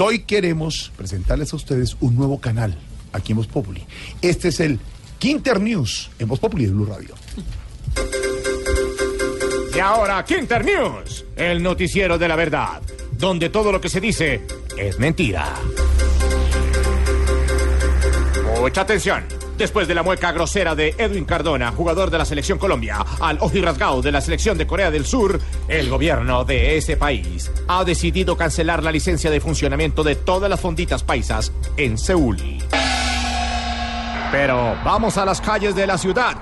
Hoy queremos presentarles a ustedes un nuevo canal aquí en Voz Populi. Este es el Quinter News en Voz Populi de Blue Radio. Y ahora Quinter News, el noticiero de la verdad, donde todo lo que se dice es mentira. Mucha atención. Después de la mueca grosera de Edwin Cardona, jugador de la selección Colombia, al ojirrasgado de la selección de Corea del Sur, el gobierno de ese país ha decidido cancelar la licencia de funcionamiento de todas las fonditas paisas en Seúl. Pero vamos a las calles de la ciudad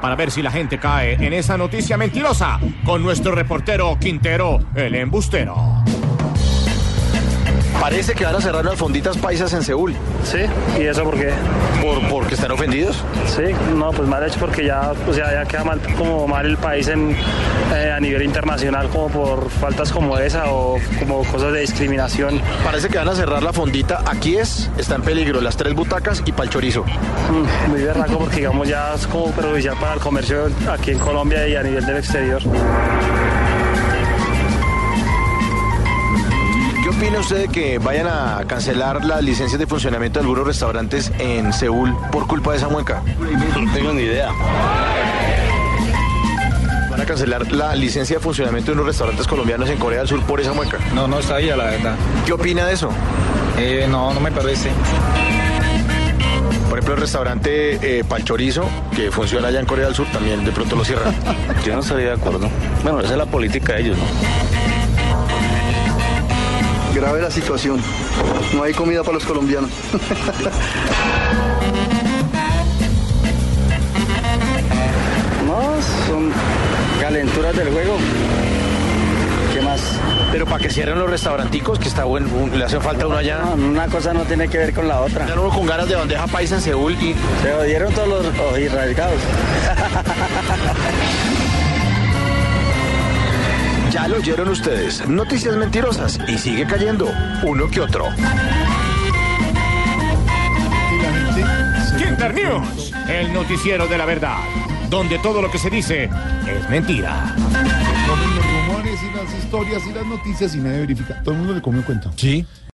para ver si la gente cae en esa noticia mentirosa con nuestro reportero Quintero, el embustero. Parece que van a cerrar las fonditas paisas en Seúl. Sí, ¿y eso por qué? ¿Por, ¿Porque están ofendidos? Sí, no, pues mal hecho porque ya, o sea, ya queda mal, como mal el país en, eh, a nivel internacional como por faltas como esa o como cosas de discriminación. Parece que van a cerrar la fondita. Aquí es, está en peligro las tres butacas y pal chorizo. Mm, muy berraco porque digamos ya es como perjudicial para el comercio aquí en Colombia y a nivel del exterior. ¿Qué opina usted de que vayan a cancelar las licencias de funcionamiento de algunos restaurantes en Seúl por culpa de esa mueca? No tengo ni idea. Van a cancelar la licencia de funcionamiento de unos restaurantes colombianos en Corea del Sur por esa mueca. No, no sabía la verdad. ¿Qué opina de eso? Eh, no, no me parece. Por ejemplo, el restaurante eh, Palchorizo, que funciona allá en Corea del Sur, también de pronto lo cierran. Yo no estaría de acuerdo. Bueno, esa es la política de ellos, ¿no? grave la situación. No hay comida para los colombianos. no, son calenturas del juego. ¿Qué más? Pero para que cierren los restauranticos, que está bueno, le hace falta no, uno allá. No, una cosa no tiene que ver con la otra. Están uno con ganas de bandeja paisa en Seúl y... Se odiaron todos los oh, israelicados. Ya lo oyeron ustedes. Noticias mentirosas y sigue cayendo uno que otro. Quinter News, el noticiero de la verdad, donde todo lo que se dice es mentira. Los rumores y las historias y las noticias y nadie verifica. Todo el mundo le come un cuento. Sí.